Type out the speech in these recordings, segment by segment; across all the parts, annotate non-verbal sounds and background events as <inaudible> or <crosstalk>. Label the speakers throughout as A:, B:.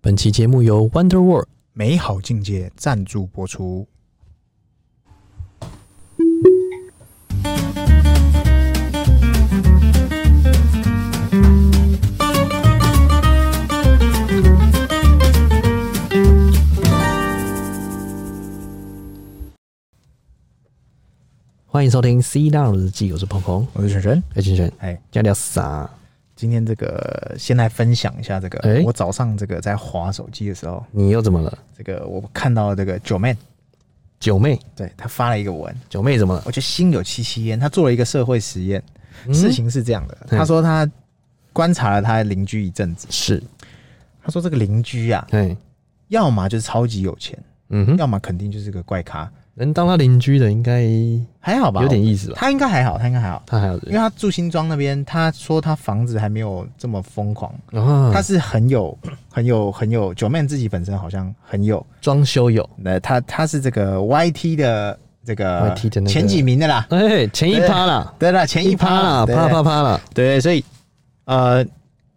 A: 本期节目由 Wonder World
B: 美好境界赞助播出。
A: 欢迎收听《C 大佬日记》，我是鹏鹏。
B: 我是璇璇，
A: 哎，晨晨，
B: 哎
A: 今天聊啥？
B: 今天这个先来分享一下这个，
A: 哎
B: 我早上这个在划手机的时候，
A: 你又怎么了？
B: 这个我看到这个九妹，
A: 九妹，
B: 对他发了一个文，
A: 九妹怎么了？
B: 我觉得心有戚戚焉。他做了一个社会实验，事情是这样的，
A: 嗯
B: 他说他观察了他邻居一阵子，
A: 是，
B: 他说这个邻居啊，
A: 哎，
B: 要么就是超级有钱，
A: 嗯哼，
B: 要么肯定就是个怪咖，
A: 能当他邻居的应该有
B: 还好吧？
A: 点意思吧？
B: 他应该还好，他应该还好，
A: 哦他还有
B: 因为他住新庄那边，他说他房子还没有这么疯狂，
A: 啊，
B: 他
A: 他
B: 是很有、很有、很有。九妹自己本身好像很有，
A: 装修有，
B: 那他他是这个 YT 的这个
A: YT 的那个
B: 前几名的啦，
A: 哎，前一趴啦，
B: 对啦，前一趴
A: 啦，
B: 啦，
A: 啪
B: 对
A: 啪啪啦，
B: 对，所以呃，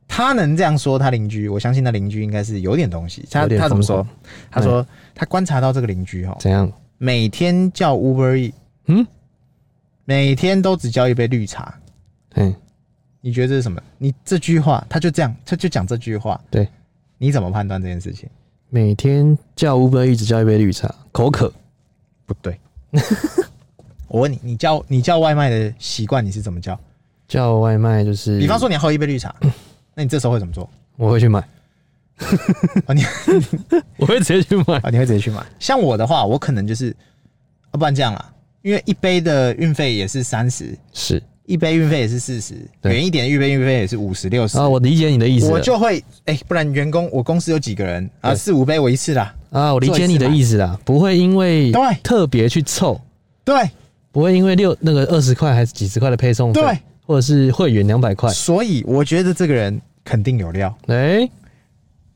B: 他能这样说他邻居，我相信他邻居应该是有点东西。他
A: 有点
B: 他怎么说
A: 疯？嗯
B: 他说他观察到这个邻居哈，
A: 怎样？
B: 每天叫 Uber E，
A: 嗯，
B: 每天都只叫一杯绿茶，
A: 哎，
B: 你觉得这是什么？你这句话，他就这样，他就讲这句话，
A: 对，
B: 你怎么判断这件事情？
A: 每天叫 Uber 一直叫一杯绿茶，口渴，
B: 不对。 <laughs> 我问你，你叫你叫外卖的习惯你是怎么叫？
A: 叫外卖就是，
B: 比方说你要喝一杯绿 <coughs> 茶，那你这时候会怎么做？
A: 我会去 <laughs> 买，
B: 啊你
A: <laughs> 我会直接去买，
B: 啊你会直接去买？像我的话，我可能就是，啊不然这样啦，因为一杯的运费也是三十，
A: 是
B: 一杯运费也是四十，
A: 对
B: 远一点的运费运费也是五十六十
A: 啊，，我理解你的意思了，
B: 我就会哎、不然员工我公司有几个人啊，四五杯我一次啦，
A: 啊，我理解你的意思啦，不会因为
B: 对
A: 特别去凑，
B: 对，
A: 不会因为六那个二十块还是几十块的配送费，
B: 对，
A: 或者是会员两百块，
B: 所以我觉得这个人肯定有料，
A: 哎、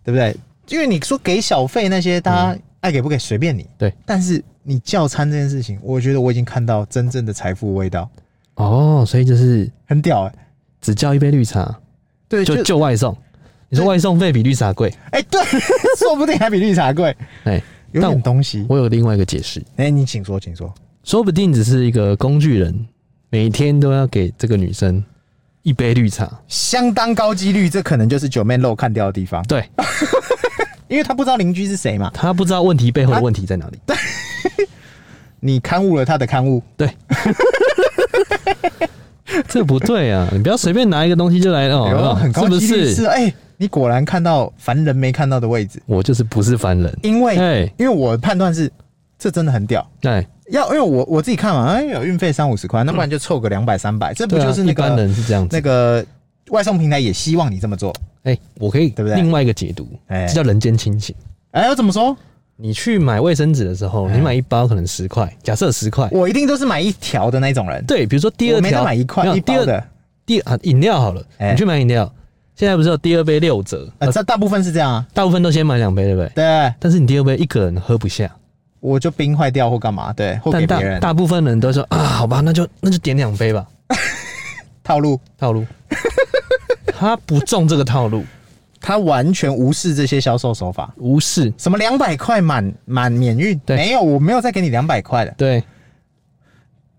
B: 对不对？因为你说给小费那些，大家爱给不给随便你。
A: 对，
B: 但是你叫餐这件事情，我觉得我已经看到真正的财富味道，
A: 哦，所以就是
B: 很屌哎、
A: 只叫一杯绿茶，
B: 对，
A: 就
B: 就
A: 就外送，你说
B: 对
A: 外送费比绿茶贵，
B: 哎、对， <laughs> 说不定还比绿茶贵，
A: 哎、
B: 有
A: 但
B: 点东西。
A: 我有另外一个解释，
B: 哎、你请说，请说。
A: 说不定只是一个工具人，每天都要给这个女生一杯绿茶，
B: 相当高几率，这可能就是九妹肉看掉的地方，
A: 对
B: 因为他不知道邻居是谁嘛。
A: 她不知道问题背后的
B: 啊
A: 问题在哪里，
B: 你刊物了他的刊物，
A: 对。 <laughs> 这不对啊！你不要随便拿一个东西就来哦，
B: 哎呦很高
A: 是不
B: 几率
A: 是？
B: 哎、你果然看到凡人没看到的位置，
A: 我就是不是凡人，
B: 因为、
A: 哎
B: 因为我的判断是这真的很屌，
A: 哎，
B: 要因为我我自己看嘛，哎，有运费三五十块，那不然就凑个两百三百，这不
A: 嗯对啊
B: 就是那
A: 一般
B: 个、
A: 人是这样子
B: 那？个外送平台也希望你这么做？
A: 哎、我可以
B: 对不对
A: 另外一个解读，
B: 哎
A: 这叫人间清醒。
B: 哎，要怎么说？
A: 你去买卫生纸的时候，
B: 哎
A: 你买一包可能十块，假设十块，
B: 我一定都是买一条的那种人，
A: 对，比如说第
B: 我
A: 二
B: 没得
A: 条
B: 买一
A: 没
B: 块
A: 有
B: 一
A: 第
B: 包
A: 二
B: 的，
A: 第啊饮料好了，
B: 哎
A: 你去买饮料，现在不是有第二杯六折，
B: 呃，
A: 呃
B: 这大部分是这样啊，
A: 大部分都先买两杯，对不对？
B: 对，
A: 但是你第二杯一个人喝不下，
B: 我就冰坏掉或干嘛，对，或
A: 但
B: 给
A: 大
B: 别人
A: 大部分人都说啊，好吧，那就那就点两杯吧，
B: 套路，
A: 套
B: <laughs>
A: 路。他不中这个套路，
B: 他完全无视这些销售手法，
A: 无视
B: 什么两百块满满免运，
A: 对
B: 没有，我没有再给你两百块的，
A: 对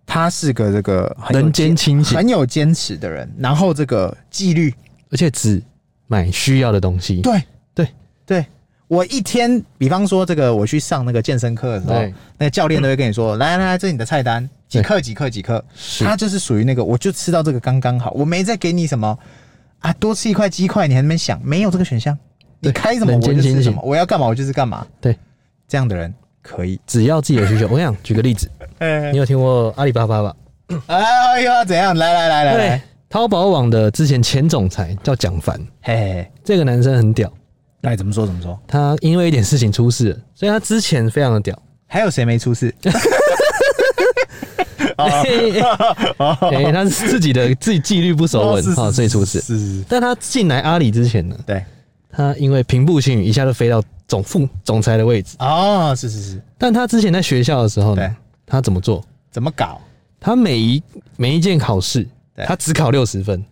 B: 他是个这个很有
A: 人间
B: 坚
A: 清醒，
B: 很有坚持的人，然后这个纪律，
A: 而且只买需要的东西。
B: 对
A: 对
B: 对，我一天，比方说这个我去上那个健身课的时
A: 对
B: 候，那个教练都会跟你说，来来来，这是你的菜单，几克几克几克，
A: 是
B: 他就是属于那个，我就吃到这个刚刚好，我没再给你什么啊，多吃一块鸡块，你还在那边想，没有这个选项，
A: 对
B: 你开什么我
A: 人
B: 就
A: 间
B: 吃
A: 清
B: 什
A: 醒
B: 么，我要干嘛我就是干嘛，
A: 对，
B: 这样的人可以，
A: 只要自己有需求。我想举个例子，
B: 哎
A: 你有听过阿里巴巴吧？
B: 哎呦，怎样？来来来来
A: 对
B: 来，，
A: 淘宝网的之前前总裁叫蒋凡，
B: 嘿嘿，嘿
A: 这个男生很屌，
B: 来怎么说怎么说？
A: 他因为一点事情出事了，所以他之前非常的屌。
B: 还有谁没出事？
A: <laughs> 哎，他是自己的自己纪律不守稳
B: 哦是
A: 啊，
B: 是
A: 所以出事。
B: 是是是，
A: 但他进来阿里之前呢，
B: 对，
A: 他因为平步青云，一下就飞到总副总裁的位置。
B: 哦，是是是，
A: 但他之前在学校的时候呢
B: 对，
A: 他怎么做？
B: 怎么搞？
A: 他每一每一件考试，
B: 对
A: 他只考六十分，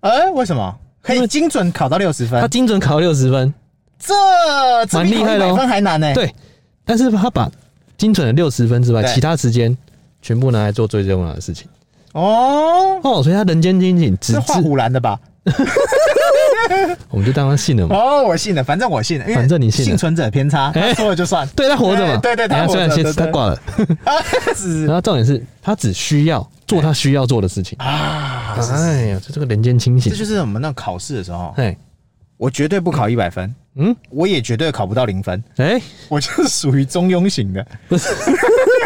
B: 哎、为什么可以精准考到六十
A: 他
B: 分？
A: 精准考六十分，
B: 这这
A: 蛮
B: 比
A: 厉害的哦
B: 考100分还难呢、
A: 对，但是他把精准的六十分之外，
B: 哎对
A: 其他时间全部拿来做最重要的事情。
B: 哦，
A: 哦，所以他人间精品只
B: 是画
A: 知，
B: 虎兰的吧？
A: 我们就当他信了嘛。
B: 哦，我信了，反正我信了，因为
A: 反正你信了
B: 幸存者偏差，
A: 哎
B: 他说了
A: <laughs>
B: 就算。
A: 对他活着嘛，
B: 哎对对，
A: 然
B: 他
A: 后
B: 活
A: 虽
B: 着
A: 然现
B: 对
A: 在他
B: 对
A: 挂了，
B: 啊，是是
A: 然后重点是他只需要做他需要做的事情。
B: 啊，是是
A: 哎呀，这这个人间清醒
B: 这，就是我们那考试的时候，
A: 哎，
B: 我绝对不考一百分，
A: 嗯，
B: 我也绝对考不到零分，
A: 哎，
B: 我就是属于中庸型的。
A: 不是，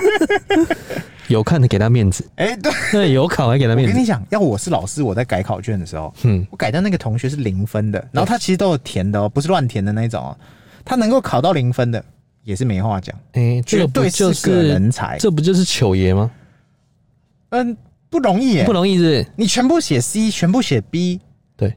A: <laughs> 有看的给他面子，
B: 哎、对，
A: 那有考还给他
B: 我
A: 面
B: 跟你
A: 子，
B: 讲，要我是老师，我在改考卷的时候，
A: 嗯，
B: 我改到那个同学是零分的，然后他其实都有填的哦，不是乱填的那一种哦，他能够考到零分的也是没话讲，
A: 哎，这
B: 绝
A: 个不
B: 对
A: 就是
B: 个人
A: 是
B: 才。
A: 这不就是糗爷吗？
B: 嗯，不容易耶
A: 不，容易是，
B: 你全部写 C，全部写 B，C
A: 对，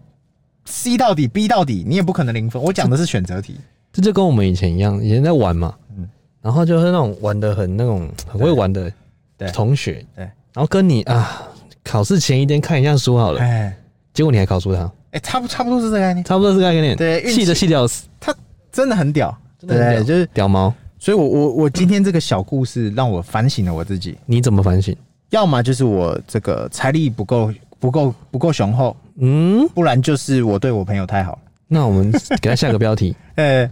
B: 到底 B 到底，你也不可能零分。我讲的是选择题，
A: 这就跟我们以前一样，以前在玩嘛，
B: 嗯
A: 然后就是那种玩的很那种很会玩的
B: 对
A: 同学，
B: 对
A: 然后跟你啊，考试前一天看一下书好了，
B: 哎
A: 结果你还考出他，
B: 哎，差不差不多是这个概念，
A: 差不多是这个概念，
B: 对运气
A: 气的气得要死，
B: 他真的很屌，
A: 真的很屌
B: 对，就是，
A: 屌毛，
B: 所以我我我今天这个小故事让我反省了我自己，
A: 你怎么反省？
B: 要么就是我这个财力不够不够不够雄厚，
A: 嗯，
B: 不然就是我对我朋友太好了。
A: 那我们给他下个标题： <laughs>
B: 呃，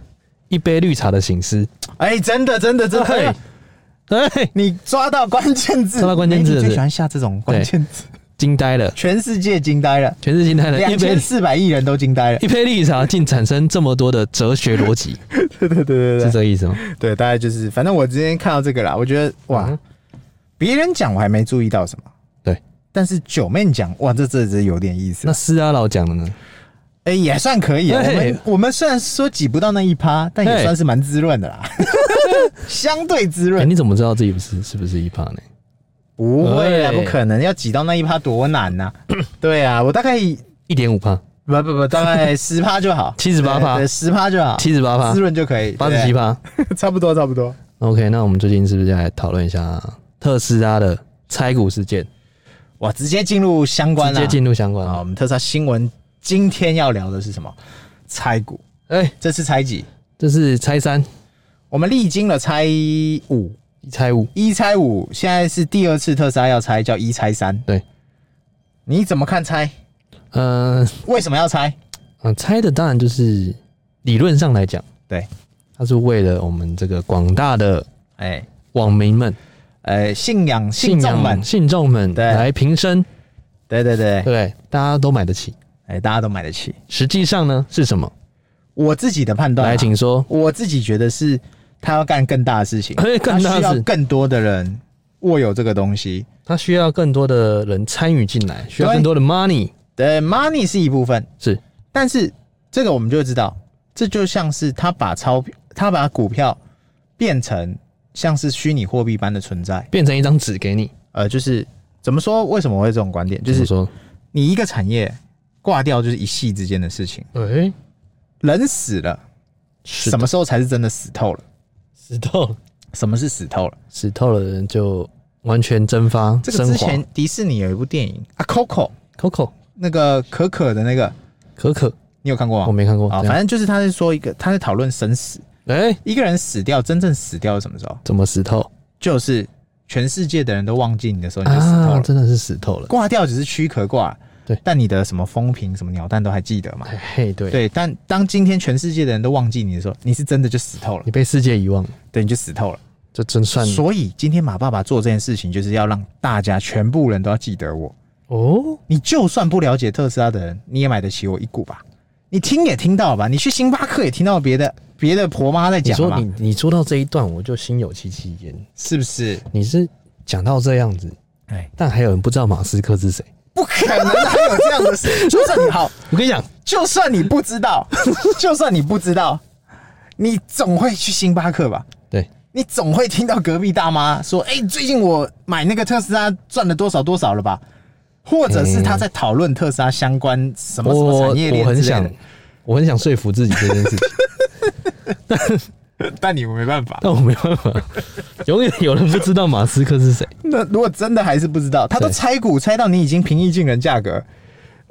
A: 一杯绿茶的醒
B: <laughs>
A: 思。
B: 哎，真的，真的，真的，
A: 对，对，
B: 你抓到关键字，
A: 哎抓到关键字
B: 媒体
A: 是
B: 最喜欢下这种关键字，
A: 惊呆了，
B: 全世界惊呆了，
A: 全是惊呆了，一
B: <laughs> 两
A: 杯
B: 千四百亿人都惊呆了
A: 一。杯绿茶竟产生这么多的哲学逻辑，
B: <laughs> 对对对对
A: 是
B: 对
A: 这意思吗？
B: 对，对，大概就是，反正我之前看到这个啦，我觉得哇啊
A: 嗯，
B: 别人讲我还没注意到什么，
A: 对，
B: 但是九妹讲，哇，这这这有点意思
A: 那。施阿老讲的呢？
B: 哎，也算可以啊。我
A: 哎
B: 们我们虽然说挤不到那一趴，但也
A: 哎
B: 算是蛮滋润的 <laughs> 啦，相对滋
A: 哎，
B: 润。
A: 你怎么知道自己不是是不是一趴呢？
B: 不会啊，
A: 哎
B: 不可能，要挤到那一趴多难 <coughs> 呐、对啊，我大概
A: 一点五趴，
B: 不不不，大 <laughs> 概十趴就好，
A: 78趴
B: 十趴就好，
A: 七十八趴
B: 滋，润就可以，
A: 八十七趴。
B: 趴， <laughs> 差不多差不多。
A: OK，那我们最近是不是要来讨论一下特斯拉的拆股事件？
B: 哇，直接进入相关
A: 直
B: 了，
A: 接进入相关
B: 啊！我们特斯拉新闻今天要聊的是什么？拆股，
A: 哎、
B: 这次拆几？
A: 这是拆三，
B: 我们历经了拆五、
A: 拆五，
B: 一拆五，现在是第二次特斯拉要拆，叫一拆三。
A: 对，
B: 你怎么看拆？
A: 嗯、
B: 为什么要拆？
A: 嗯，拆的当然就是理论上来讲，
B: 对，
A: 它是为了我们这个广大的
B: 哎，
A: 网民们、
B: 呃，信仰信
A: 仰
B: 众们，
A: 信众们
B: 对
A: 来平身，
B: 对对
A: 对，
B: 对
A: 不对？大家都买得起。
B: 哎，大家都买得起。
A: 实际上呢是什么？
B: 我自己的判断、啊，
A: 来，请说。
B: 我自己觉得是他要干更大的事情，
A: 哎 <laughs> 更大
B: 他
A: 的事
B: 需要更多的人握有这个东西。
A: 它需要更多的人参与进来，需要
B: 对
A: 更多的 money，
B: 对，money 是一部分，
A: 是
B: 但是这个我们就知道，这就像是他把钞，他把股票变成像是虚拟货币般的存在。
A: 变成一张纸给你，
B: 呃，就是怎么说？为什么我会有这种观点？就
A: 怎么
B: 是
A: 说，
B: 你一个产业挂掉，就是一系之间的事情。
A: 哎、
B: 人死了，
A: 是
B: 什么时候才是真的死透了？
A: 石头？
B: 什么是死透了？
A: 死透了的人就完全蒸发
B: 这个
A: 升
B: 之
A: 华。
B: 前迪士尼有一部电影啊，Coco。
A: Coco
B: 那个可可的那个，
A: 可可，
B: 你有看过吗？
A: 我没看过。
B: 啊，
A: 怎样
B: 反正就是他是说一个，他在讨论生死，
A: 哎、
B: 一个人死掉，真正死掉是什么时候？
A: 怎么死透
B: 就是全世界的人都忘记你的时候，你就死透
A: 啊？
B: 了。
A: 真的是死透了。
B: 挂掉只是躯壳挂，
A: 对
B: 但你的什么风评、什么鸟蛋都还记得嘛？
A: 哎嘿，对，
B: 对，但当今天全世界的人都忘记你的时候，你是真的就死透了，
A: 你被世界遗忘了，
B: 对，你就死透了。
A: 这真算
B: 所以今天马爸爸做这件事情，就是要让大家全部人都要记得我。
A: 哦。
B: 你就算不了解特斯拉的人，你也买得起我一股吧？你听也听到了吧？你去星巴克也听到别的别的婆妈在
A: 你
B: 讲了
A: 说
B: 吧
A: 你？你说到这一段，我就心有戚戚焉。
B: 是不是？
A: 你是讲到这样子，
B: 哎，
A: 但还有人不知道马斯克是谁？
B: 不可能哪有这样的
A: <laughs>
B: 事？就算你好，
A: 我跟你讲，
B: 就算你不知道， <laughs> 就算你不知道，你总会去星巴克吧？
A: 对，
B: 你总会听到隔壁大妈说：“哎、最近我买那个特斯拉赚了多少多少了吧？”或者是他在讨论特斯拉相关什么什么
A: 我
B: 产业链
A: 我很
B: 之类的
A: 想，我很想说服自己这件事情，
B: <laughs> 但你没办法。
A: 但我没办法，永远有人不知道马斯克是谁。
B: 那如果真的还是不知道，他都
A: 对
B: 拆股拆到你已经平易近人价格，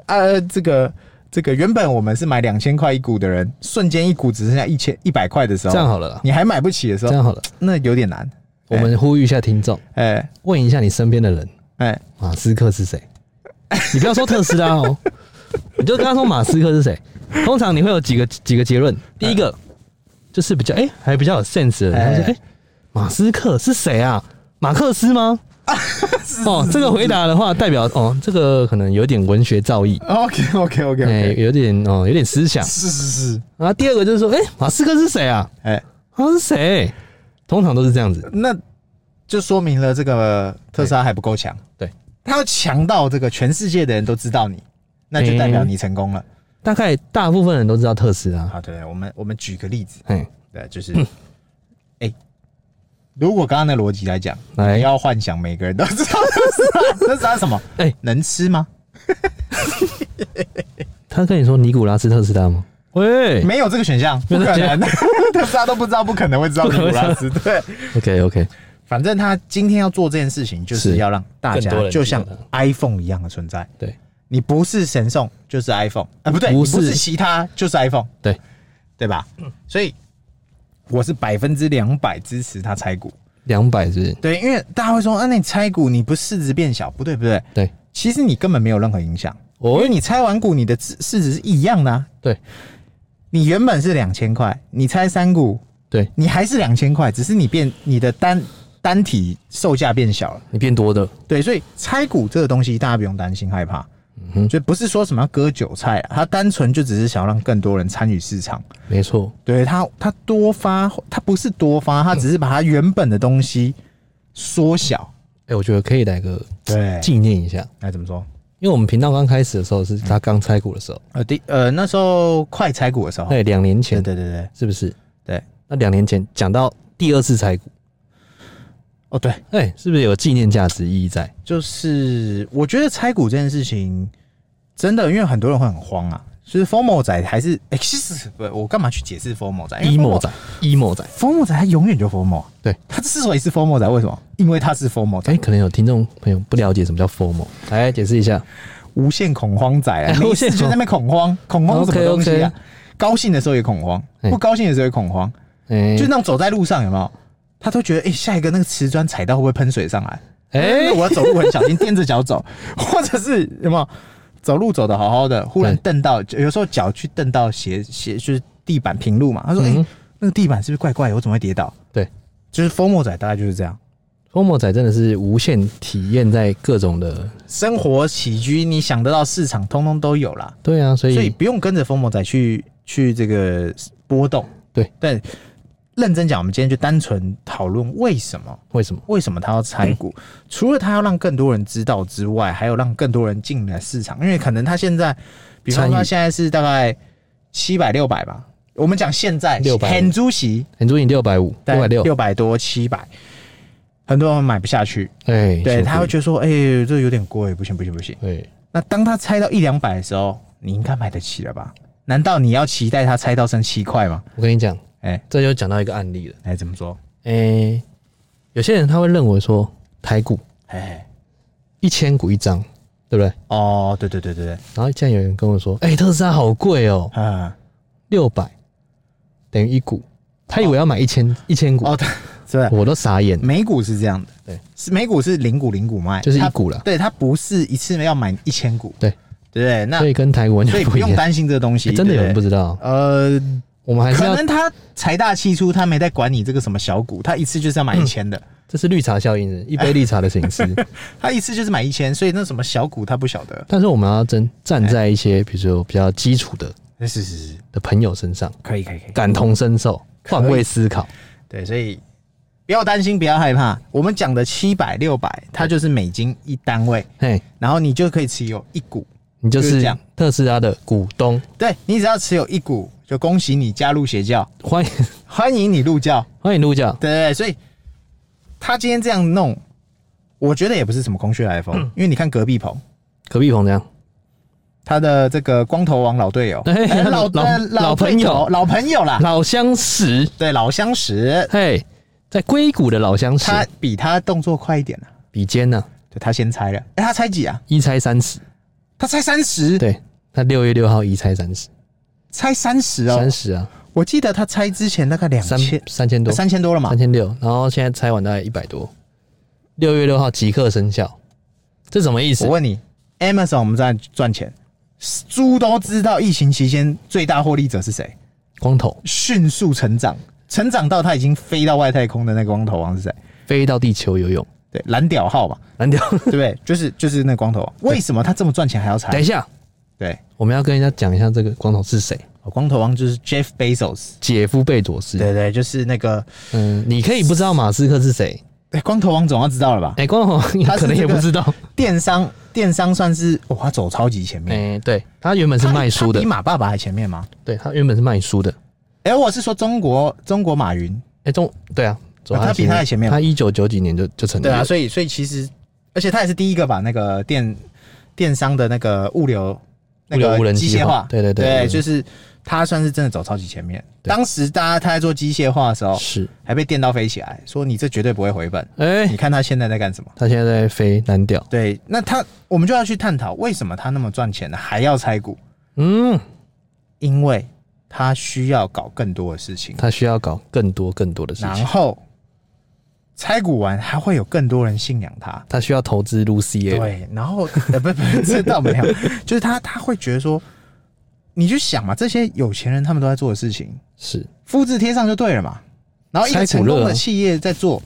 B: 呃，这个这个原本我们是买两千块一股的人，瞬间一股只剩下一千一百块的时候，
A: 这样好了啦，
B: 你还买不起的时
A: 这
B: 候，
A: 样好了，
B: 那有点难。
A: 我们呼吁一下听众，
B: 哎、哎
A: 问一下你身边的人，
B: 哎
A: 马斯克是谁？ <laughs> 你不要说特斯拉哦，你就跟他说马斯克是谁。通常你会有几个几个结论，第一个就是比较哎、还比较有 sense 的人，他说哎、
B: 哎
A: 马斯克是谁啊？马克思 <laughs> 吗？哦，这个回答的话，代表哦，这个可能有点文学造诣，
B: ，OK OK OK
A: 哎、
B: OK，、
A: 有点哦，有点思想。
B: 是是是，
A: 然后第二个就是说，哎、马斯克是谁啊？
B: 哎、
A: 他是谁？通常都是这样子，
B: 那就说明了这个特斯拉还不够强。
A: 对，
B: 他要强到这个全世界的人都知道你，那就代表你成功了。
A: 大概大部分人都知道特斯拉。
B: 好，对，我们我们举个例子，
A: 哎，
B: 对，就是，哎、如果刚刚的逻辑来讲，
A: 来
B: 你要幻想每个人都知道特斯拉，特斯拉什么？ <laughs>
A: 哎
B: 能吃吗？
A: 他跟你说尼古拉斯特斯拉吗？喂
B: 没有这个选项，不可能， <laughs> 特斯拉都不知道，不可能会知道尼古拉斯。对，
A: ，OK OK，
B: 反正他今天要做这件事情，就是
A: 是
B: 要让大
A: 更
B: 家
A: 多人
B: 就
A: 知道
B: 像 iPhone 一样的存在。
A: 对
B: 你不是神送就是 iPhone 啊、不对，
A: 不
B: 你
A: 是
B: 不是其他就是 iPhone，
A: 对，
B: 对吧？所以我是百分之两百支持他拆股。
A: 两百是不是？
B: 对，因为大家会说，啊，那你拆股你不是市值变小，不对不对，
A: 对
B: 其实你根本没有任何影响，
A: 哦
B: 因为你拆完股你的市市值是一样的、啊。
A: 对
B: 你原本是两千块，你拆三股，
A: 对，
B: 你还是两千块，只是你变你的单单体售价变小了。
A: 你变多的，
B: 对，所以拆股这个东西大家不用担心害怕，
A: 哼
B: 就不是说什么要割韭菜啊，它单纯就只是想让更多人参与市场。
A: 没错，
B: 对它，它多发，它不是多发，它只是把它原本的东西缩小。
A: 哎、我觉得可以来个
B: 嗯对，
A: 纪念一下，
B: 那怎么说？
A: 因为我们频道刚开始的时候是他刚拆股的时候，
B: 呃，第呃那时候快拆股的时候，
A: 对，两年
B: 哦对
A: 前
B: 对对对
A: 是不是？
B: 对，
A: 那两年前讲到第二次拆股，
B: 哦对，
A: 哎、是不是有纪念价值意义在？
B: 就是我觉得拆股这件事情真的，因为很多人会很慌啊。就是 formal 仔还是哎、其实不，我干嘛去解释 formal 仔因为
A: emo 仔，emo 仔，
B: ，formal 仔他永远就 formal，啊
A: 对，
B: 他之所以是 formal 仔，为什么？因为他是 formal 仔
A: 哎、，可能有听众朋友不了解什么叫 formal，来解释一下。
B: 无限恐慌仔 <laughs> 啊，
A: 哎
B: 每
A: 无
B: 一
A: 限
B: 次
A: 恐
B: 就在那边恐慌，恐慌是什么东西啊
A: OK，OK
B: 高兴的时候也恐慌，
A: 哎
B: 不高兴的时候也恐慌，
A: 哎、
B: 就那种走在路上有没有？他都觉得哎、下一个那个瓷砖踩到会不会喷水上来？
A: 哎、
B: 哎，我要走路很小心，踮着
A: <laughs>
B: 脚走，或者是有没有走路走的好好的，忽然蹬到，有时候脚去蹬到鞋鞋就是地板平路嘛。他说：“哎、
A: 嗯
B: 那个地板是不是怪怪的？我怎么会跌倒
A: 对，？”
B: 就是疯魔仔大概就是这样，
A: f o m a l 仔真的是无限体验在各种的，
B: 生活起居你想得到市场通通都有啦，
A: 对啊，所以
B: 所以不用跟着疯魔仔去去这个波动。
A: 对，
B: 但认真讲，我们今天就单纯讨论为什么
A: 为什么？
B: 为什么他要拆股？
A: 嗯
B: 除了他要让更多人知道之外，还有让更多人进来市场，因为可能他现在，比方
A: 参与
B: 说他现在是大概七百六百吧，我们讲现在
A: 600
B: 很主席
A: 很注意六百五、六百六，
B: 六百多七百，很多人买不下去，
A: 哎，
B: 对
A: 说
B: 他会
A: 对
B: 觉得说，哎、这有点贵，不行不行不行。
A: 对，
B: 那当他拆到一两百的时候，你应该买得起了吧？难道你要期待他拆到剩七块吗？
A: 我跟你讲，
B: 哎、
A: 这就讲到一个案例了。
B: 哎、怎么说？
A: 哎、有些人他会认为说，台股
B: 哎、
A: 一千股一张，对不对？
B: 哦，对对对对对，
A: 然后现在有人跟我说，哎、特斯拉好贵哦、
B: 嗯，
A: 六百等于一股，他以为要买一千一千股，
B: 哦，对，是吧？
A: 我都傻眼。
B: 美股是这样的，
A: 对，
B: 是美股是零股零股卖，
A: 就是一
B: 它
A: 股啦
B: 对，它不是一次要买一千股，
A: 对
B: 对不对？那
A: 所以跟台股完
B: 所以
A: 全
B: 不
A: 不一样
B: 用。担心这个东西，
A: 哎真的有人
B: 对
A: 不
B: 对
A: 知道，
B: 呃，
A: 我们还是
B: 可
A: 要，
B: 能他财大气粗，他没在管你这个什么小股，他一次就是要
A: 嗯
B: 买一千的，
A: 这是绿茶效应的，一杯绿茶的形
B: <laughs>
A: 式。
B: 他一次就是买一千，所以那什么小股他不晓得。
A: 但是我们要真站在一些，比如说比较基础的
B: 是是是是，
A: 的朋友身上，
B: 可以可以可以，
A: 感同身受，
B: 可以
A: 换位思考。
B: 对，所以不要担心，不要害怕，我们讲的七百六百，它就是美金一单位，
A: 嘿，
B: 然后你就可以持有一股，
A: 你就
B: 就是是这样
A: 特斯拉的股东，
B: 对你只要持有一股，就恭喜你加入邪教，
A: 欢迎 <laughs>
B: 欢迎你入教。
A: 欢迎入教。
B: 对对对，所以他今天这样弄，我觉得也不是什么空穴来风，
A: 嗯
B: 因为你看隔壁棚
A: 隔壁棚这样，
B: 他的这个光头王老队友，
A: 哎
B: 哎老
A: 老
B: 呃
A: 老朋
B: 队
A: 友
B: 友老朋友啦，
A: 老相识，
B: 对老相识，
A: 嘿，在硅谷的老相识，
B: 他比他动作快一点啊，
A: 比肩呢、
B: 对他先猜了，哎、他猜几啊？
A: 一拆三十，
B: 他猜三十，
A: 对，他六月六号一拆三十，
B: 猜三十哦
A: 三，十啊，
B: 我记得他猜之前大概两
A: 三
B: 千呃
A: 三千多，
B: 三千多了嘛
A: 三，千六，然后现在拆完大概一百多。六月六号即刻生效，这什么意思
B: 我？问你，Amazon 我们在赚钱，猪都知道疫情期间最大获利者是谁，
A: 光头
B: 迅速成长，成长到他已经飞到外太空的那个光头王是谁？
A: 飞到地球游泳，
B: 对，蓝屌号嘛， <laughs>
A: 蓝调。
B: 对不对？就是就是那光头王，为什么他这么赚钱还要
A: <laughs> 等
B: 裁
A: 一？下，
B: 对，
A: 我们要跟人家讲一下这个光头是谁，
B: 哦光头王就是 Jeff Bezos，
A: 姐夫贝佐斯。
B: 对对，就是那个，
A: 嗯，你可以不知道马斯克是谁，
B: 哎，光头王总要知道了吧？
A: 哎、光头
B: 他是
A: 可能也
B: 这个
A: 不知道。
B: 电商电商算是哇，他走超级前面，
A: 哎、对他原本是
B: 他
A: 卖书
B: 他
A: 的
B: 比，马爸爸还前面吗？
A: 对他原本是卖书的。
B: 哎，我是说中国中国马云，
A: 哎、中对啊，走
B: 啊他比他还前面
A: 他一九九几年就就成立
B: 对
A: 了。
B: 啊，所以所以其实，而且他也是第一个把那个电电商的那个物流那
A: 物
B: 个
A: 流无人
B: 机
A: 机
B: 械
A: 化
B: 化，
A: 对对对
B: 对，
A: 对对
B: 就是他算是真的走超级前面。
A: 对
B: 当时大家他在做机械化的时候，
A: 是，
B: 还被电到飞起来，说你这绝对不会回 <laughs> 本。
A: 哎、
B: 你看他现在在干什么？
A: 他现在在飞蓝调。
B: 对，那他我们就要去探讨为什么他那么赚钱呢？还要拆股？
A: 嗯，
B: 因为他需要搞更多的事情，
A: 他需要搞更多更多的事
B: 然
A: 情，
B: 后拆股完还会有更多人信仰他。
A: 他需要投资 Lucy。
B: 对，然后 <laughs> 呃不不，这倒没有，就是他他会觉得说，你就想嘛，这些有钱人他们都在做的事情，
A: 是，
B: 复制贴上就对了嘛。然后一个
A: 拆
B: 成
A: 骨乐啊
B: 功的企业在做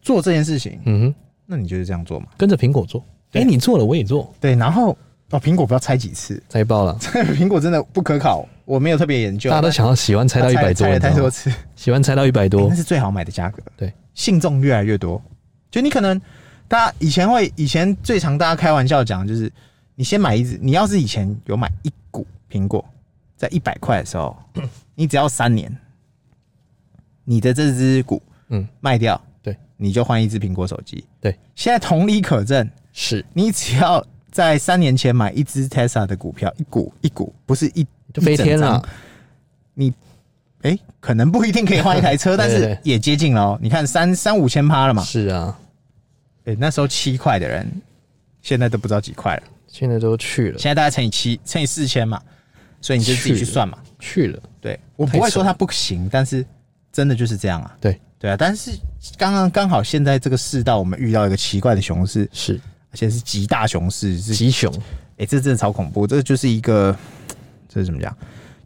B: 做这件事情，
A: 嗯哼，
B: 那你就是这样做嘛。
A: 跟着苹果做。哎、
B: 对啊
A: 你做了，我也做，
B: 对，然后哦，苹果不要拆几次， <laughs>
A: 猜爆了。
B: 苹果真的不可考，我没有特别研究。
A: 大家都想要喜欢猜到一百多，
B: 拆了
A: 你知
B: 太
A: 道
B: 多
A: 吗
B: 次，
A: 喜欢猜到一百多
B: 那，是最好买的价格。
A: 对，
B: 信众越来越多，就你可能大家以前会以前最常大家开玩笑讲，就是你先买一只，你要是以前有买一股苹果，在一百块的
A: <clears throat>
B: 时候，你只要三年，你的这只股
A: 嗯，
B: 卖掉，
A: 对，
B: 你就换一只苹果手机。
A: 对，
B: 现在同理可证，
A: 是，
B: 你只要在三年前买一只 Tesla 的股票，一股一股，不是一
A: 就飞天。
B: 一整
A: 了
B: 张。哎、可能不一定可以换一台 <laughs> 车，但
A: 对对
B: 是
A: 对
B: 也接近了哦。你看三三五千趴了嘛？
A: 是啊，
B: 哎、那时候七块的人，现在都不知道几块了。
A: 现在都去了，
B: 现在大概乘以七，乘以四千嘛，所以你就自己去算嘛。
A: 去了。
B: 对我不
A: 太
B: 会
A: 扯
B: 说它不行，但是真的就是这样啊。
A: 对，
B: 对啊，但是刚刚刚好现在这个世道，我们遇到一个奇怪的熊市，
A: 是
B: 而且是极大熊市，是
A: 极熊，
B: 哎、这真的超恐怖，这就是一个这是怎么讲？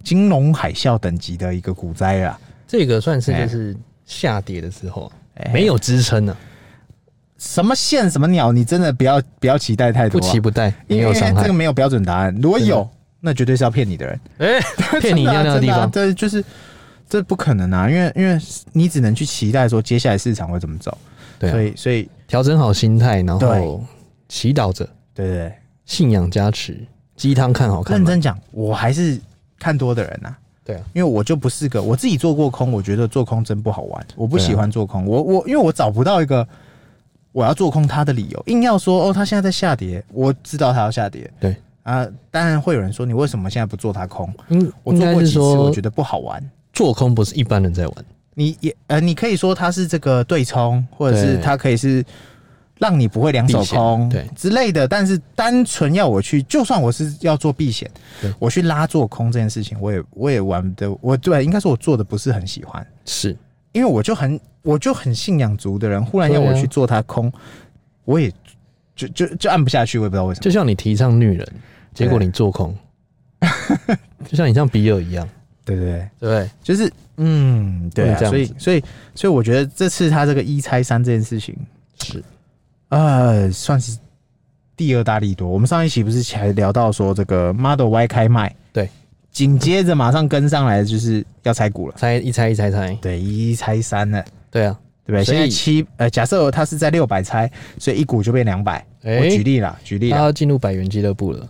B: 金融海啸等级的一个股灾啊！
A: 这个算是
B: 哎
A: 就是下跌的时候啊
B: 哎
A: 没有支撑啊了，
B: 什么线什么鸟，你真的不要不要期待太
A: 不
B: 多、啊，
A: 期不待，没
B: 因为
A: 有伤
B: 这
A: 害
B: 个。没有标准答案，如果有，那绝对是要骗你的人，啊
A: 哎，
B: <laughs>
A: 骗你尿尿的地方，
B: 对，就是这不可能啊，因为因为你只能去期待说接下来市场会怎么走，
A: 对
B: 所
A: 啊，
B: 以所以
A: 调整好心态，然后
B: 对
A: 祈祷着，
B: 对对对，
A: 信仰加持，鸡汤看好看
B: 认
A: 嘛，
B: 真讲，我还是看多的人呐、啊。
A: 对啊，
B: 因为我就不是个我自己做过空，我觉得做空真不好玩，我不
A: 对啊
B: 喜欢做空，我我因为我找不到一个我要做空它的理由，硬要说哦，它现在在下跌，我知道它要下跌，
A: 对
B: 啊、当然会有人说你为什么现在不做它空？
A: 应
B: 我
A: 应
B: 做
A: 该
B: 过
A: 是
B: 几次，我
A: 说
B: 觉得不好玩。
A: 做空不是一般人在玩，
B: 你也呃，你可以说它是这个对冲，或者是
A: 对
B: 它可以是让你不会两手
A: 避险
B: 空
A: 对
B: 之类的，但是单纯要我去，就算我是要做避险
A: 对，
B: 我去拉做空这件事情，我也我也玩的，我对，应该说我做的不是很喜欢，
A: 是
B: 因为我就很我就很信仰足的人，忽然要
A: 对啊
B: 我去做它空，我也就就就按不下去，我也不知道为什么。
A: 就像你提倡女人，结果
B: 对
A: 你做
B: <laughs>
A: 空，就像你像比尔一样，
B: 对对对，
A: 对不对？
B: 就是嗯，对、啊
A: 这，样
B: 所以
A: 子
B: 所以所以我觉得这次他这个一拆三这件事情，
A: 是
B: 呃，算是第二大利多。我们上一期不是才聊到说这个 Model Y 开卖，
A: 对，
B: 紧接着马上跟上来就是要拆股了，
A: 猜一猜一猜猜，
B: 对，一拆三了，
A: 对啊，
B: 对不对？
A: 所以
B: 现在七呃，假设它是在六百拆，所以一股就变两百、
A: 哎
B: 我举例啦，举例
A: 他
B: 啦，
A: 要进入百元俱乐部了。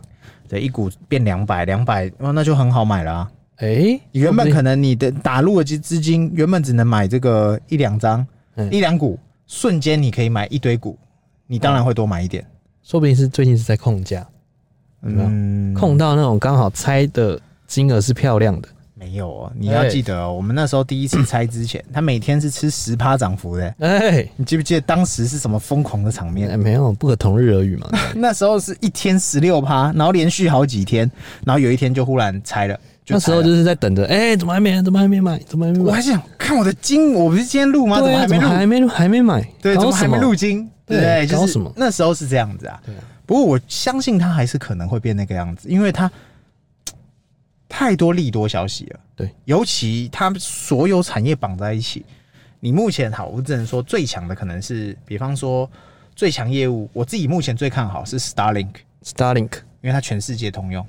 B: 对，一股变两百，两百哦，那就很好买了啊。
A: 哎、
B: 原本
A: 说不定
B: 可能你的打入的资资金原本只能买这个一两张、
A: 嗯
B: 一两股，瞬间你可以买一堆股，你当然会多买一点。
A: 说不定是最近是在控价，有没有
B: 嗯，
A: 控到那种刚好猜的金额是漂亮的，
B: 没有哦，你
A: 哎
B: 要记得哦，我们那时候第一次拆
A: <clears throat>
B: 之前，他每天是吃十趴涨幅的。
A: 哎、
B: 你记不记得当时是什么疯狂的场面？
A: 哎没有不可同日而语嘛。
B: 那时候是一天十六趴，然后连续好几天，然后有一天就忽然拆了。
A: 那时候
B: <laughs> 就拆
A: 就是在等着，哎、怎么还没？怎么还没买？怎么还没
B: 了我
A: 买？
B: 还想看我的金，我不是今天录吗？怎
A: 对
B: 么
A: 啊，怎
B: 还没
A: 么
B: 录？
A: 还没录？还没买？
B: 对，怎
A: 搞
B: 么还
A: 什
B: 没
A: 么？
B: 入金？
A: 对
B: 对，
A: 搞
B: 就
A: 什
B: 是
A: 么
B: 那时候是这样子啊。不过我相信他还是可能会变那个样子，因为他太多利多消息了。
A: 对，
B: 尤其他所有产业绑在一起，你目前好，我只能说最强的可能是，比方说最强业务，我自己目前最看好是 Starlink，
A: Starlink
B: 因为它全世界通用，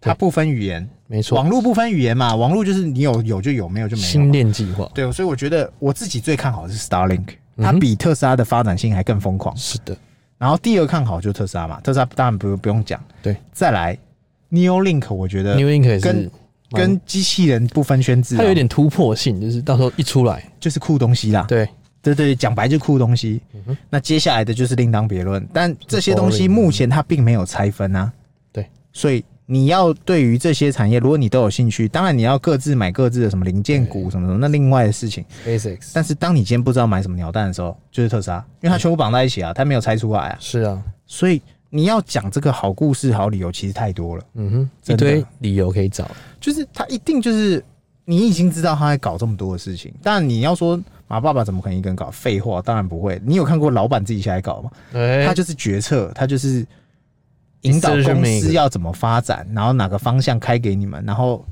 A: 对
B: 它不分语言，
A: 没错
B: 网，络不分语言嘛，网络就是你有有就有，没有就没有
A: 新
B: 嘛。
A: 链计划
B: 对，所以我觉得我自己最看好的是 Starlink，
A: 嗯
B: 它
A: 哼
B: 比特斯拉的发展性还更疯狂。
A: 是的，
B: 然后第二看好就是特斯拉嘛，特斯拉当然不不用讲。
A: 对，
B: 再来 Neuralink，我觉得
A: New Link 也
B: 呃跟
A: 是蛮
B: 跟机器人不分圈制、啊，
A: 它有点突破性，就是到时候一出来，
B: 就是酷东西啦。
A: 对，嗯
B: 对对，讲白就酷东西。
A: 哼
B: 那接下来的就是另当别论，但这些东西
A: Boring
B: 目前它并没有拆分啊。
A: 对，
B: 所以你要对于这些产业，如果你都有兴趣，当然你要各自买各自的什么零件股什么什么，那另外的事情。
A: SpaceX
B: 但是当你今天不知道买什么鸟蛋的时候，就是特斯拉，因为它全部绑在一起啊，它没有拆出来啊，
A: 是啊，
B: 所以你要讲这个好故事、好理由其实太多了，
A: 嗯哼，一
B: 真的
A: 堆理由可以找，
B: 就是它一定就是你已经知道他在搞这么多的事情，但你要说马爸爸怎么可能一个人搞？废话，当然不会。你有看过老板自己下来搞吗？
A: 哎
B: 他就是决策，他就是引导
A: Decision
B: 公
A: maker
B: 司要怎么发展，然后哪个方向开给你们，然后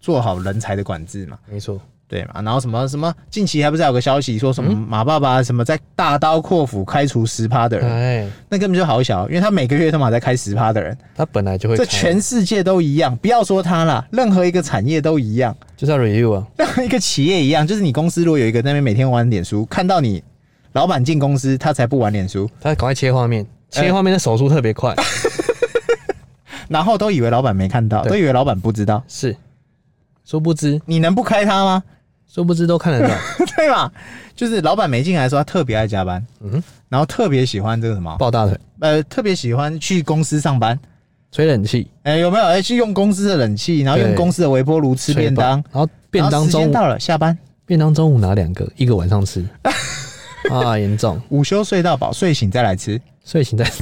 B: 做好人才的管制嘛。
A: 没错，
B: 对嘛？然后什么什么，近期还不是有个消息说什
A: 嗯
B: 么马爸爸什么在大刀阔斧开除十趴的人，
A: 哎，
B: 那根本就好小，因为他每个月他妈在开十趴的人，
A: 它本来就会
B: 这
A: 开，
B: 全世界都一样，不要说他啦，任何一个产业都一样， <laughs>
A: 就是要 review 啊，
B: 任何一个企业一样，就是你公司如果有一个在那边每天玩脸书，看到你老板进公司，他才不玩脸书，
A: 它赶快切画面，
B: 哎
A: 切画面的手速特别
B: <laughs>
A: 快，
B: 然后都以为老板没看到，
A: 对
B: 都以为老板不知道，
A: 是，殊不知，
B: 你能不开他吗？ <laughs>
A: 殊不知都看得到，
B: 对吧？就是老板没进来的时候，他特别爱加班，
A: 嗯哼，
B: 然后特别喜欢这个什么，
A: 抱大腿，
B: 呃，特别喜欢去公司上班。
A: 吹冷气，
B: 哎、有没有？哎、去用公司的冷气，然后用
A: 对
B: 公司的微波炉吃
A: 吹
B: 便
A: 爆
B: 当，，
A: 然后便
B: 然
A: 当
B: 后时
A: 中
B: 间
A: 午
B: 到了，下班
A: 便当中午拿两个，一个晚上
B: <laughs>
A: 吃，啊，严重，
B: 午休睡到饱，睡醒再来吃，
A: 睡醒
B: <laughs>
A: 再吃，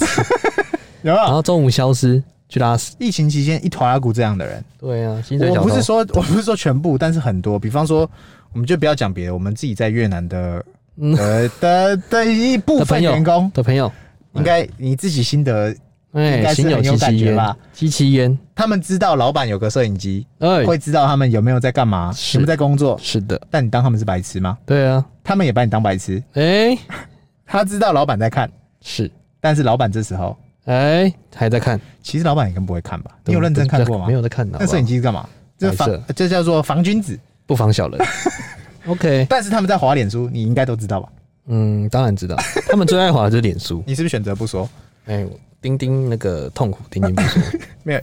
B: 有没
A: 然
B: 有？
A: 后中午消失去拉屎，
B: 疫情期间一坨拉骨这样的人，
A: 对啊，薪水
B: 我
A: 小偷
B: 不是说我不是说全部，但是很多。比方说，我们就不要讲别的，我们自己在越南的
A: 嗯
B: 呃的的一部
A: 的朋
B: 分
A: 友嗯
B: 员工，
A: 的朋友，
B: 应该你自己心得，应
A: 哎，
B: 该是
A: 心有
B: 很有
A: 戚
B: 感
A: 戚
B: 觉
A: 焉
B: 吧，
A: 戚戚焉，
B: 他们知道老板有个摄影机，
A: 哎，
B: 会知道他们有没有在干嘛，
A: 是
B: 有没有在工作。
A: 是的，
B: 但你当他们是白痴吗？
A: 对啊，
B: 他们也把你当白痴。
A: 哎，
B: 他知道老板在看，
A: 是，
B: 但是老板这时候
A: 哎，还在看，
B: 其实老板也更不会看吧？你有认真看过吗？
A: 没。有在看的，
B: 那摄影机是干嘛？这是
A: 白
B: 防
A: 色，
B: 这叫做防君子。
A: 不防
B: <laughs>
A: 小人，OK，
B: 但是他们在滑脸书，你应该都知道吧？
A: 嗯，当然知道， <laughs> 他们最爱滑的就是脸书，
B: 你是不是选择不说？
A: 哎，我钉钉那个痛苦，钉钉不说，
B: 没有，